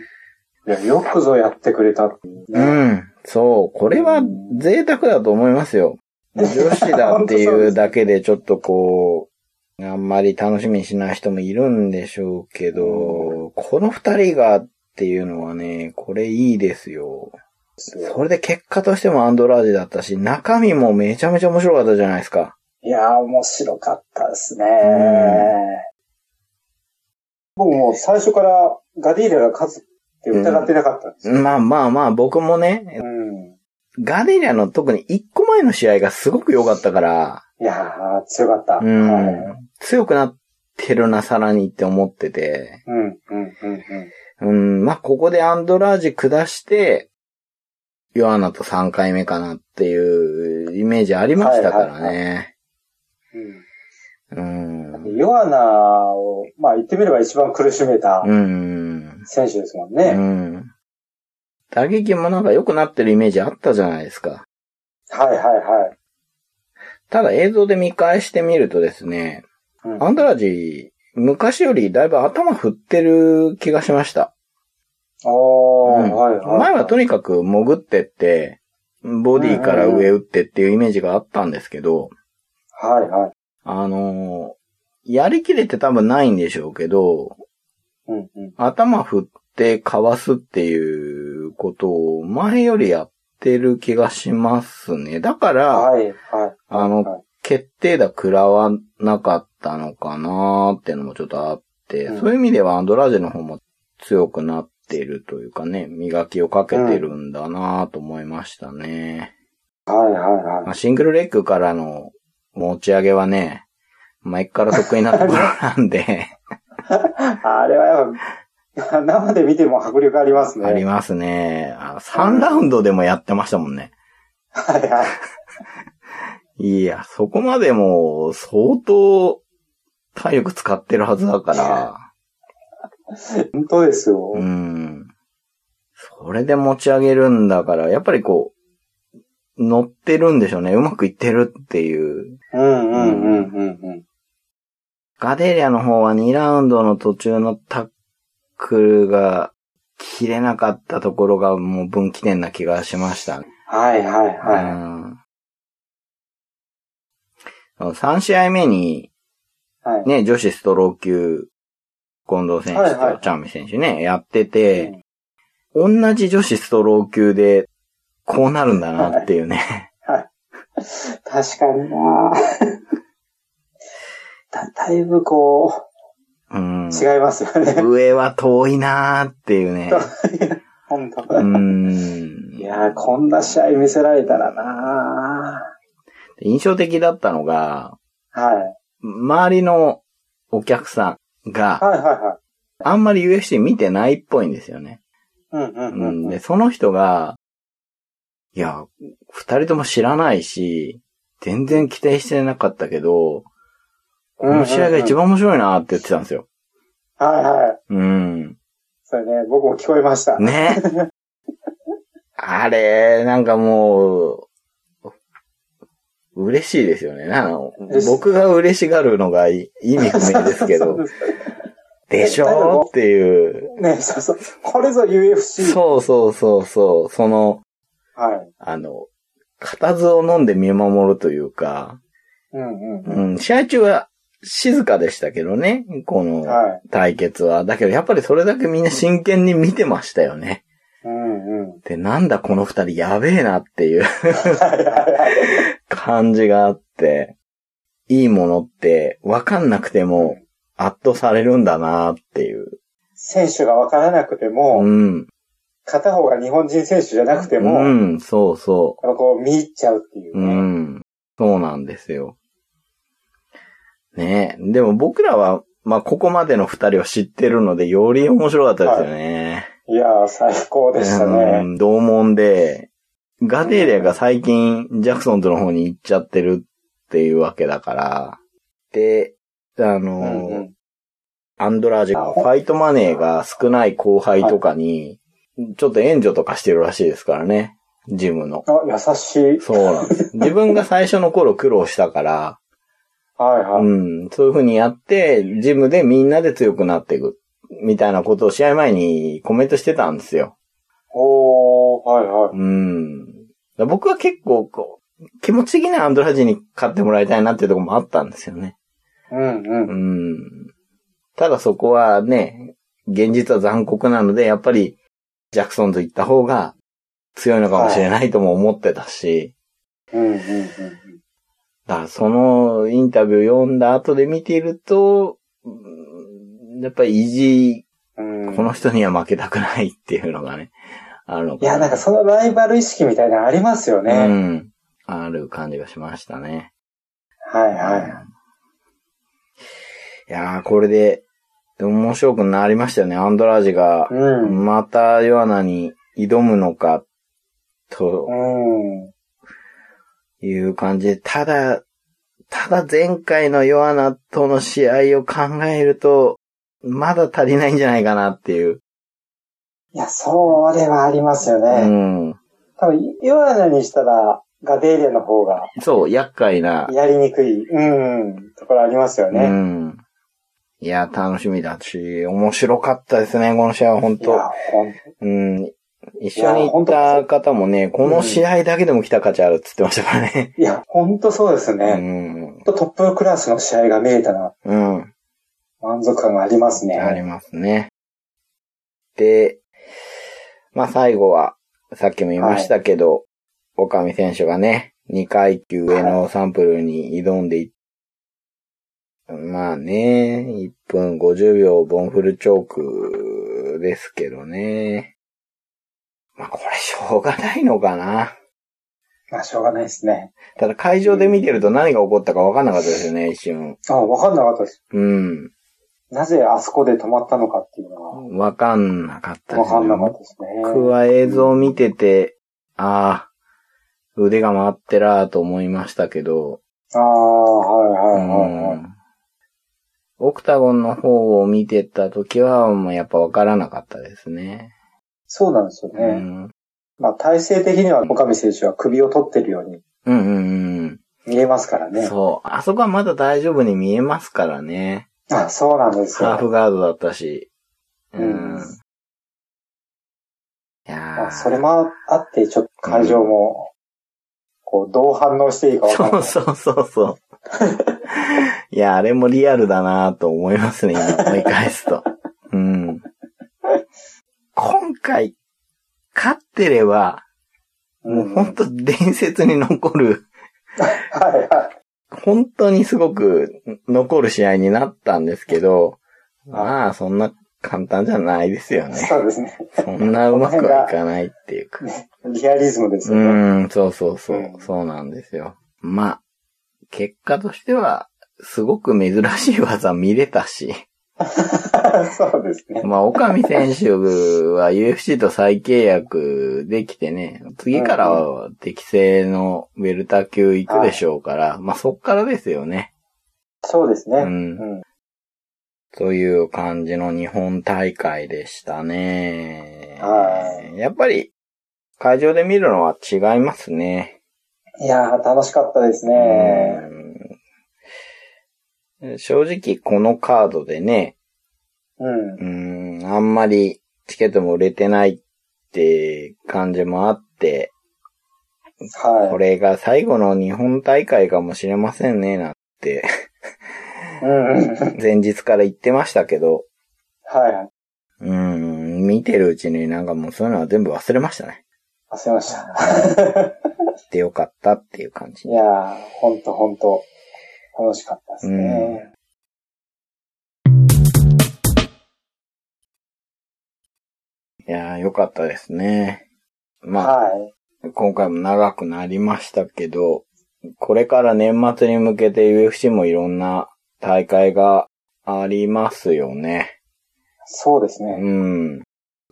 B: いや、よくぞやってくれたっていう
A: う
B: ね。
A: ん。そう。これは贅沢だと思いますよ。女子だっていうだけでちょっとこう、あんまり楽しみにしない人もいるんでしょうけど、この二人がっていうのはね、これいいですよ。それで結果としてもアンドラージだったし、中身もめちゃめちゃ面白かったじゃないですか。
B: いやー、面白かったですね
A: ん。
B: 僕もう最初からガディーレが勝つって疑ってなかったんですよ。
A: まあまあまあ、僕もね、
B: うん。
A: ガデリアの特に1個前の試合がすごく良かったから、
B: いやー、強かった。
A: う
B: はい
A: ん、強くなってるな、さらにって思ってて、
B: うん、うん、うん、うん。
A: うん、まあここでアンドラージ下して、ヨアナと3回目かなっていうイメージありましたから
B: はい
A: ね。
B: うん
A: うん。
B: ヨアナを、まあ言ってみれば一番苦しめた
A: うん。
B: 選手ですもん
A: う
B: ね。
A: ん。打撃もなんか良くなってるイメージあったじゃないですか。
B: はいはいはい。
A: ただ映像で見返してみるとですね、
B: うん
A: アンドラージ、昔よりだいぶ頭振ってる気がしました。
B: おー、
A: うん
B: はいはい。
A: 前はとにかく潜ってって、ボディから上打ってっていうイメージがあったんですけど、
B: はいはい。
A: あのーやりきれて多分ないんでしょうけど、
B: うん、うん。
A: 頭振ってかわすっていうことを前よりやってる気がしますね。だから、
B: はいはい。
A: あの
B: はい
A: 決定打食らわなかったのかなーってのもちょっとあって、
B: うん
A: そういう意味ではアンドラージェの方も強くなっているというかね、磨きをかけてるんだなーと思いましたね。
B: はいはい
A: ま
B: は
A: あ、シングルレッグからの持ち上げはね、前から得意なところなんで、
B: い。あれはやっぱ、 [laughs] 生で見ても迫力ありますね。
A: ありますね。あ3ラウンドでもやってましたもんね。
B: はいはい。
A: いや、そこまでも相当体力使ってるはずだから、
B: 本当ですよ。
A: うん。それで持ち上げるんだから、やっぱりこう、乗ってるんでしょうね。うまくいってるっていう。
B: うん、うん、うん、うん、うん。
A: ガデリアの方は2ラウンドの途中のタックルが切れなかったところがもう分岐点な気がしましたね。
B: はいはいは
A: うん。3試合目に、
B: い。はい。
A: ね、女子ストロー級、近藤選手
B: はいは
A: と
B: い
A: チャンミ選手ね、やってて、同じ女子ストロー級で、こうなるんだなっていう
B: [laughs]
A: ね。
B: 確かにな [laughs] だ、だいぶこ
A: うん
B: う、。違いますよね。
A: 上は遠いなーっていうね。
B: 本当、
A: うん
B: [laughs] い。やーこんな試合見せられたらな
A: 印象的だったのが、
B: はい。
A: 周りのお客さんが、
B: はいはいはい。
A: あんまり UFC 見てないっぽいんですよね。
B: うんうん
A: う
B: うん
A: ん、
B: うん。
A: で、その人が、いや、二人とも知らないし、全然期待してなかったけど、この試合が一番面白いなって言ってたんですよ。
B: はいはい。
A: うん。
B: それね、僕も聞こえました。
A: ね。
B: [laughs]
A: あれ、なんかもう、嬉しいですよね。あの
B: 嬉しい
A: 僕が嬉しがるのがい意味不明ですけ
B: [laughs] そう
A: ど、
B: です
A: でしょっていう。
B: ね、そうそう。これぞ UFC。
A: そうそうそうそう。その、
B: はい。
A: あの、固唾を飲んで見守るというか、
B: うんうん
A: うん、試合中は静かでしたけどね、こ
B: うん。
A: の
B: はい。
A: 対決は。だけどやっぱりそれだけみんな真剣に見てましたよね。
B: うんうん。
A: で、なんだこの二人やべえなっていう [laughs]
B: はいはいはい。
A: 感じがあって、いいものってわかんなくても圧倒されるんだなっていう。
B: 選手が分からなくても、
A: うん。
B: 片方が日本人選手じゃなくても、
A: う
B: やっ
A: ん、そうそ。
B: ぱこう見入っちゃうっていうう
A: う
B: ね。
A: ん。そうなんですよ。ねえ。でも僕らは、まあ、ここまでの二人を知ってるので、より面白かったですよね。
B: いやー、最高でした
A: う
B: ね。
A: ん同門で、ガテーレアが最近、ジャクソンズの方に行っちゃってるっていうわけだから、で、あの、
B: うんうん。
A: アンドラージがファイトマネーが少ない後輩とかに、ちょっと援助とかしてるらしいですからね、ジムの。
B: あ、優しい。
A: そうなん
B: [laughs]
A: です。自分が最初の頃苦労したから、
B: はいは
A: う
B: い。
A: ん、そういう風にやって、ジムでみんなで強くなっていく、みたいなことを試合前にコメントしてたんですよ。
B: おー、はいはい。
A: うん。だから僕は結構、こう、気持ち的にはアンドラージに勝ってもらいたいなっていうところもあったんですよね。
B: うんうん
A: う。ん。ただそこはね、現実は残酷なので、やっぱり、ジャクソンと行った方が強いのかもしれないとも思ってたし、
B: うんうんうんうん
A: だからそのインタビュー読んだ後で見ていると、うんやっぱり意地、
B: うん。
A: この人には負けたくないっていうのがね、あるの
B: い
A: かな。
B: や、なんかそのライバル意識みたいなのありますよね。
A: うん。ある感じがしましたね。
B: はいはい。
A: いやー、これで、面白くなりましたよね。アンドラージが、
B: うん。
A: またヨアナに挑むのか、と
B: うん。
A: いう感じで、ただ、ただ前回のヨアナとの試合を考えると、まだ足りないんじゃないかなっていう。
B: いや、それはありますよ
A: う
B: ね。
A: ん。
B: 多分、ヨアナにしたら、ガデーリアの方が
A: そう、厄介な。
B: やりにくい、うん、ところありますよ
A: う
B: ね。
A: ん。いや、楽しみだし、面白かったですね、この試合は本
B: いや
A: 当、
B: ほん
A: うん。一緒に行った方もね、この試合だけでも来た価値あるって言ってましたからね。
B: いや、ほんとそうです
A: う
B: ね。
A: ん。
B: ほんとトップクラスの試合が見えたな、
A: うん。
B: 満足感がありますね。
A: ありますね。で、まあ最後は、さっきも言いましたけど、岡見選手がね、2階級上のサンプルに挑んでいまあね、1分50秒ボンフルチョークですけどね。まあこれしょうがないのかな。
B: まあ、しょうがないですね。
A: ただ会場で見てると何が起こったかわかんなかったですよね、一瞬。
B: あ、わかんなかったです。
A: うん。
B: なぜあそこで止まったのかっていうのは、
A: わかんなかったですね。
B: わかんなかったですね。
A: 僕は映像を見てて、ああ、腕が回ってらーと思いましたけど、
B: ああ、は
A: う
B: いはいはい、はい
A: ん。オクタゴンの方を見てた時は、もうやっぱわからなかったですね。
B: そうなんですよね。
A: うん。
B: まあ、体勢的には、岡見選手は首を取ってるように
A: うんうん
B: 見えますから
A: うん。
B: ね。
A: そう。あそこはまだ大丈夫に見えますからね。
B: あ、そうなんです
A: ハーフ
B: よ。
A: ガードだったし。うん。
B: うん
A: いや
B: ま
A: ー
B: あそれもあって、ちょっと会場も、こう、どう反応していいかわかん
A: そ
B: な
A: う
B: い。
A: そうそうそう。 [laughs] いや、あれもリアルだなと思いますね、今思い返すと。うん。今回、勝ってれば、もう本当伝説に残る、
B: はいはい。
A: 本当にすごく残る試合になったんですけど、まあ、そんな簡単じゃないですよね。
B: そうですね。
A: そんなうまくはいかないっていうか。
B: リアリズムです
A: う
B: よね。
A: ん、そうそうそうう、
B: ん
A: そうなんですよ。まあ、結果としては、すごく珍しい技見れたし、
B: [laughs]
A: [laughs]
B: そうですね。
A: まあ、岡見選手は UFC と再契約できてね、次からは適正のウェルター級行くでしょうから、まあそっからですよね。
B: そうですね。
A: う。
B: うんん。
A: という感じの日本大会でしたね。
B: はい
A: やっぱり、会場で見るのは違いますね。
B: いやー、楽しかったですね。
A: うん正直このカードでね、
B: うん
A: う。ん、あんまりチケットも売れてないって感じもあって、こ
B: は
A: れが最後の日本大会かもしれませんね、なんて、 [laughs]
B: い。うん。
A: 前日から言ってましたけど、
B: はい。
A: うん、見てるうちになんかもうそういうのは全部忘れましたね。
B: 忘れ
A: [laughs]
B: ました。
A: 行ってよかったっていう感じ
B: い。やー、ほんとほんと、楽しかったですね。
A: いやー、よかったですね。まあ、
B: はい。
A: 今回も長くなりましたけど、これから年末に向けて UFC もいろんな大会がありますよね。
B: そうですね。
A: うん。ま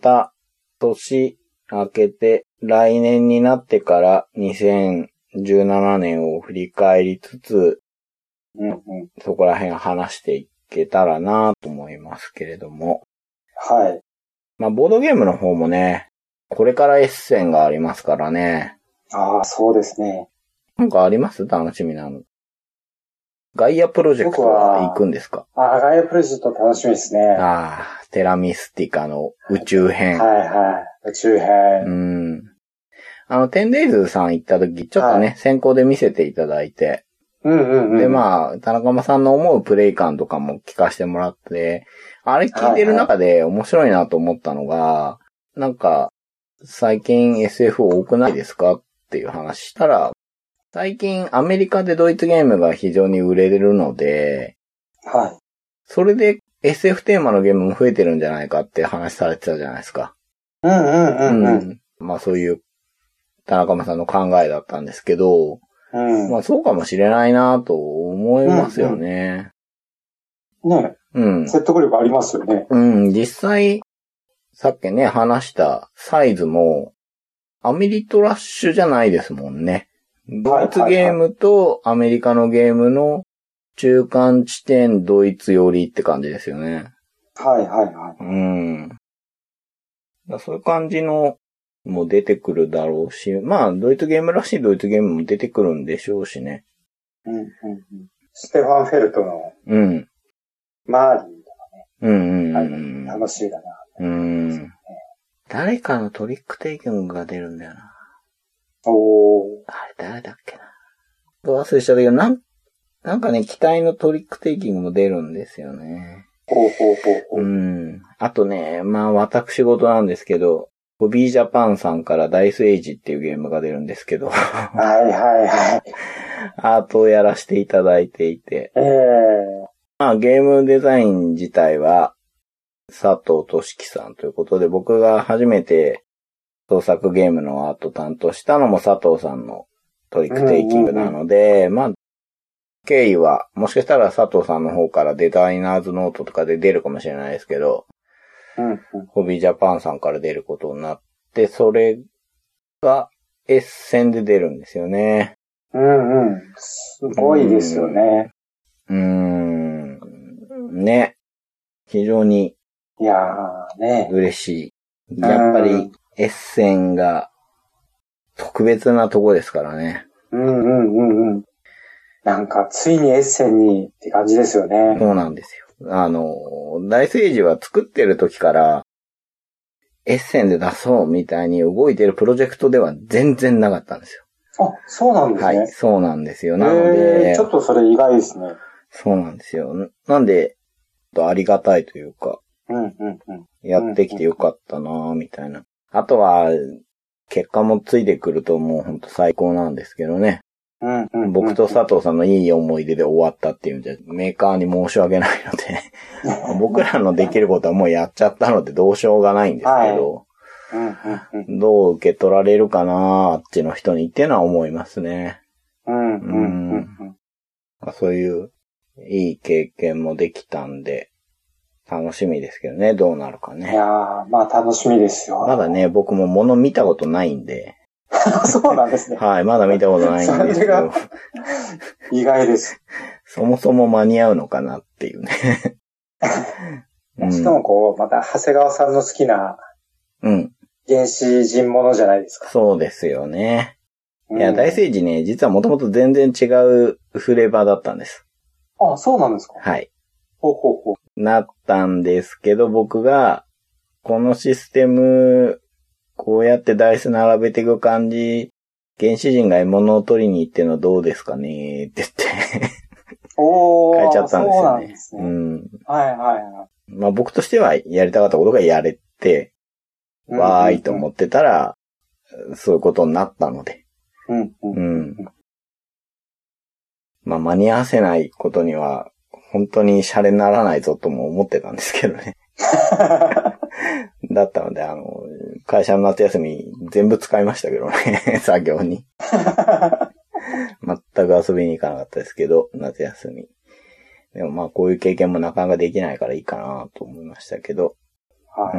A: た、年明けて来年になってから2017年を振り返りつつ、
B: うんうん。
A: そこら辺話していけたらなと思いますけれども。
B: はい。
A: まあ、ボードゲームの方もね、これからエッセンがありますからね。
B: ああ、そうですね。
A: なんかあります楽しみなの。ガイアプロジェクトは行くんですか
B: ああ、ガイアプロジェクト楽しみですね。は
A: ああ、テラミスティカの宇宙
B: い
A: 編。
B: はい。宇宙
A: う
B: 編。
A: ん。あの、テンデイズさん行った時、ちょっとね、
B: は
A: 先行で見せていただいて、
B: うんうんうん。
A: で、
B: あ。
A: まあ、田中間さんの思うプレイ感とかも聞かせてもらって、あれ聞いてる中で面白いなと思ったのが、なんか、最近 SF 多くないですかっていう話したら、最近アメリカでドイツゲームが非常に売れるので、
B: はい。
A: それで SF テーマのゲームも増えてるんじゃないかって話されてたじゃないですか。
B: うんうんうんうん。
A: ん。まあそういう、田中間さんの考えだったんですけど、
B: うん。
A: まあそうかもしれないなと思いますよね。
B: ね
A: うん。
B: 説得力ありますよね。
A: うん、実際、さっきね、話したサイズも、アメリトラッシュじゃないですもんね。ドイツゲームとアメリカのゲームの中間地点ドイツ寄りって感じですよね。
B: はいはいは
A: う
B: い。
A: ん。だからそういう感じのも出てくるだろうし、まあ、ドイツゲームらしいドイツゲームも出てくるんでしょうしね。
B: うんうんうん。ステファン・フェルトの
A: うん。
B: マーリー
A: うんうん
B: が
A: うん
B: ね、楽しいだな。
A: うん。うん。誰かのトリック提供が出るんだよな。
B: おー。
A: あれ、誰だっけな。忘れちゃったけど、なん、なんかね、機体のトリックテイキングも出るんですよね。
B: ほうほうほうほ
A: う
B: う。
A: ん。あとね、まあ私事なんですけど、ホビージャパンさんからダイスエイジっていうゲームが出るんですけど、
B: はいはいはい。
A: アートをやらせていただいていて、
B: ええ
A: まあゲームデザイン自体は、佐藤俊樹さんということで、僕が初めて創作ゲームのアート担当したのも佐藤さんのトリックテイキングなので、まあ、経緯は、もしかしたら佐藤さんの方からデザイナーズノートとかで出るかもしれないですけど、
B: うんうん。
A: ホビージャパンさんから出ることになって、それが S 戦で出るんですよね。
B: うんうん。すごいですよね。
A: うーん。ね。非常に
B: いやーね。
A: 嬉しい。やっぱ
B: う
A: り
B: ん、
A: エッセンが特別なとこですからね。
B: うんうんうんうん。なんか、ついにエッセンにって感じですよね。
A: そうなんですよ。あの、大聖児は作ってる時から、エッセンで出そうみたいに動いてるプロジェクトでは全然なかったんですよ。
B: あ、そうなんです
A: は
B: ね。
A: い、そうなんですよ。なの
B: え
A: で
B: ー、ちょ、っとそれ意外ですね。
A: そうなんですよ。なんで、ありがたいというか、
B: うんうんうん。
A: やってきてよかったなぁみたいな。あとは、結果もついてくるともうほんと最高なんですけどね。
B: うんうんうん
A: 僕と佐藤さんのいい思い出で終わったっていうんじゃ、メーカーに申し訳ないの [laughs] で、僕らのできることはもうやっちゃったのでどうしようがないんですけど、
B: うんうん
A: どう受け取られるかなぁあっちの人にっていうのは思いますね。
B: うん。うんうんうんうん。
A: そういう、いい経験もできたんで、楽しみですけどね、どうなるか
B: い
A: ね。
B: やー、まあ楽しみですよ。
A: まだね、僕も物見たことないんで、
B: [laughs] そうなんですね。
A: はい、まだ見たことないんですけど
B: そ、意外です。
A: そもそも間に合うのかなっていうね。
B: [laughs]
A: うん
B: しかもこう、また長谷川さんの好きな
A: うん。
B: 原始人ものじゃないですか。
A: そうですよね。
B: い
A: いや、大聖児ね、実はもともと全然違うフレーバーだったんです。
B: あ、そうなんですか。
A: はい。
B: ほうほうほう。
A: なったんですけど、僕が、このシステム、こうやってダイス並べていく感じ、原始人が獲物を取りに行ってのどうですかねって言って、
B: おー。
A: 変えちゃったんです
B: そうな
A: よ
B: ん
A: ね。
B: です
A: う
B: ね。
A: ん。
B: はいはいはい。
A: まあ僕としてはやりたかったことがやれて、わーいと思ってたら、そういうことになったので。
B: うんうん。
A: う
B: うん
A: ん。まあ間に合わせないことには、本当にシャレにならないぞとも思ってたんですけどね。 [laughs] だったので、あの、会社の夏休み全部使いましたけどね、 [laughs] 作業に。全く遊びに行かなかったですけど、夏休み。でもまあこういう経験もなかなかできないからいいかなと思いましたけど。
B: は
A: う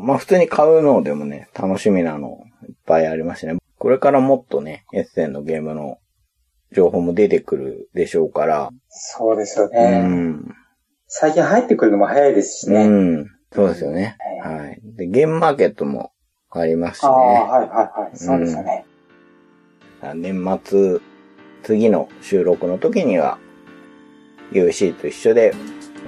B: い
A: ん。まあ普通に買うのでもね、楽しみなのいっぱいありましたね。これからもっとね、エッセンのゲームの情報も出てくるでしょうから。
B: そうですよ
A: う
B: ね。
A: ん。
B: 最近入ってくるのも早いですしね。
A: うん。そうですよね。はい。で、ゲームマーケットもありますし
B: ああ、
A: ね。
B: はいはいはい。そうですよね。
A: 年末、次の収録の時には、UC と一緒で、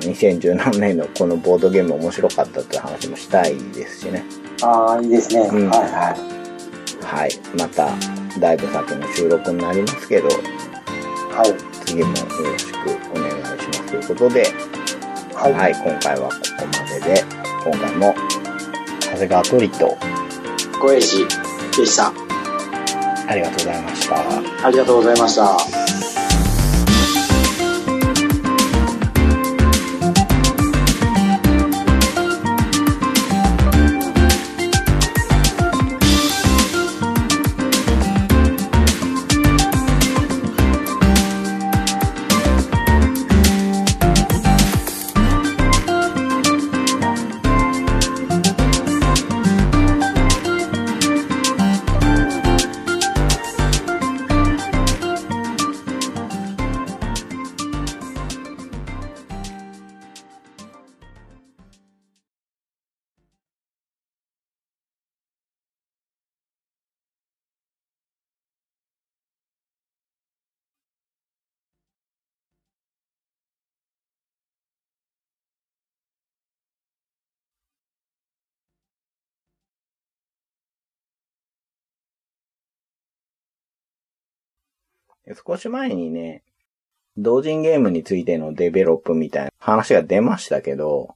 A: 2017年のこのボードゲーム面白かったって話もしたいですしね。
B: ああ、いいですね。はい
A: うん
B: はい。
A: はい。また、だいぶ先の収録になりますけど、
B: はい。
A: 次もよろしくお願いしますということで、
B: はい。
A: はい、今回はここまでで、今回も、長谷川トリと、
C: ごえじでした。
A: ありがとうございました。
B: ありがとうございました。
A: 少し前にね、同人ゲームについてのデベロップみたいな話が出ましたけど、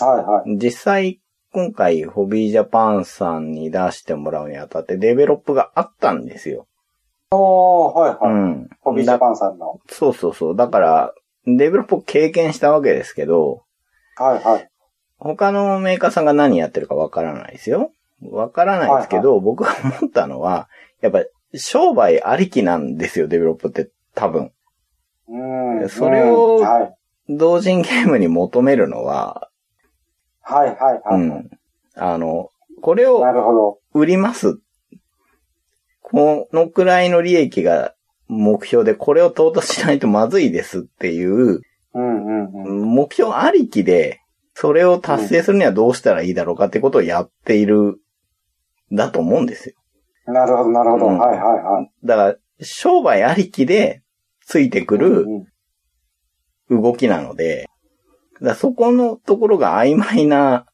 B: はいはい。
A: 実際今回ホビージャパンさんに出してもらうにあたってデベロップがあったんですよ。
B: ああ、はいはい。
A: ん。
B: ホビージャパンさんの。
A: だそうそうそう。だから、デベロップを経験したわけですけど、
B: はいはい。
A: 他のメーカーさんが何やってるかわからないですよ。わからないですけど、僕が思ったのは、やっぱ商売ありきなんですよ、デベロップって多分。
B: うん。
A: それを
B: うんはい。
A: 同人ゲームに求めるのは、
B: はいはいは
A: う
B: い。
A: ん。あの、これを
B: なるほど。
A: 売ります。このくらいの利益が目標で、これを到達しないとまずいですっていう、
B: うんうんうん。
A: 目標ありきで、それを達成するにはどうしたらいいだろうかってことをやっている、だと思うんですよ。
B: なるほどなるほど。
A: うん
B: はいはいはい。
A: だから、商売ありきでついてく
B: う
A: る
B: んうん
A: 動きなので、だからそこのところが曖昧な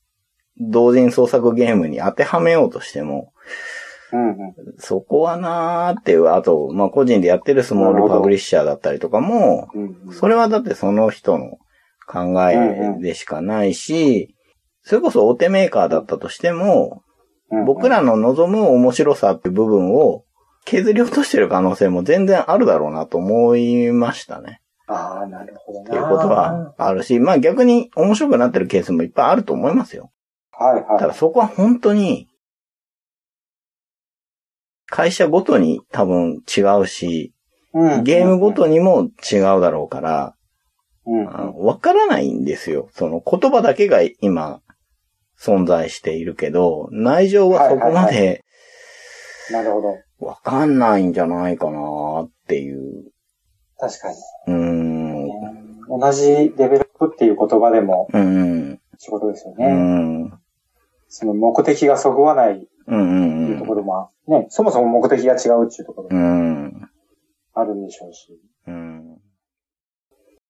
A: 同人創作ゲームに当てはめようとしても、
B: うんうん。
A: そこはなーっていう、あと、まあ、個人でやってるスモールパブリッシャーだったりとかも、
B: うんうん
A: それはだってその人の考えでしかないし、それこそ大手メーカーだったとしても、
B: うんうん
A: 僕らの望む面白さって部分を削り落としてる可能性も全然あるだろうなと思いましたね。
B: ああ、なるほどな。
A: っていうことはあるし、まあ逆に面白くなってるケースもいっぱいあると思いますよ。
B: はい
A: た
B: は
A: だそこは本当に、会社ごとに多分違うし、
B: いうん。
A: ゲームごとにも違うだろうから、
B: うん
A: あのわからないんですよ。その言葉だけが今存在しているけど、内情はそこま
B: はいは
A: で
B: なるほど。
A: わかんないんじゃないかなっていう。
B: 確かに。
A: うーん。う
B: 同じデベロップっていう言葉でも
A: ーん。
B: 仕事ですよ
A: うー
B: ね。
A: ん。う
B: その目的がそぐわない
A: ー
B: っ
A: ん
B: ていうところも、ね、そもそも目的が違うっていうところ
A: う
B: も
A: ん。
B: あるんでしょうし。
A: うーん。